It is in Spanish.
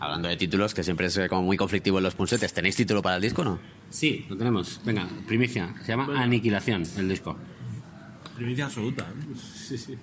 Hablando de títulos, que siempre es eh, como muy conflictivo en los punsetes, ¿tenéis título para el disco o no? Sí, lo tenemos. Venga, primicia. Se llama Aniquilación, el disco. Primicia absoluta. ¿eh? Sí, sí.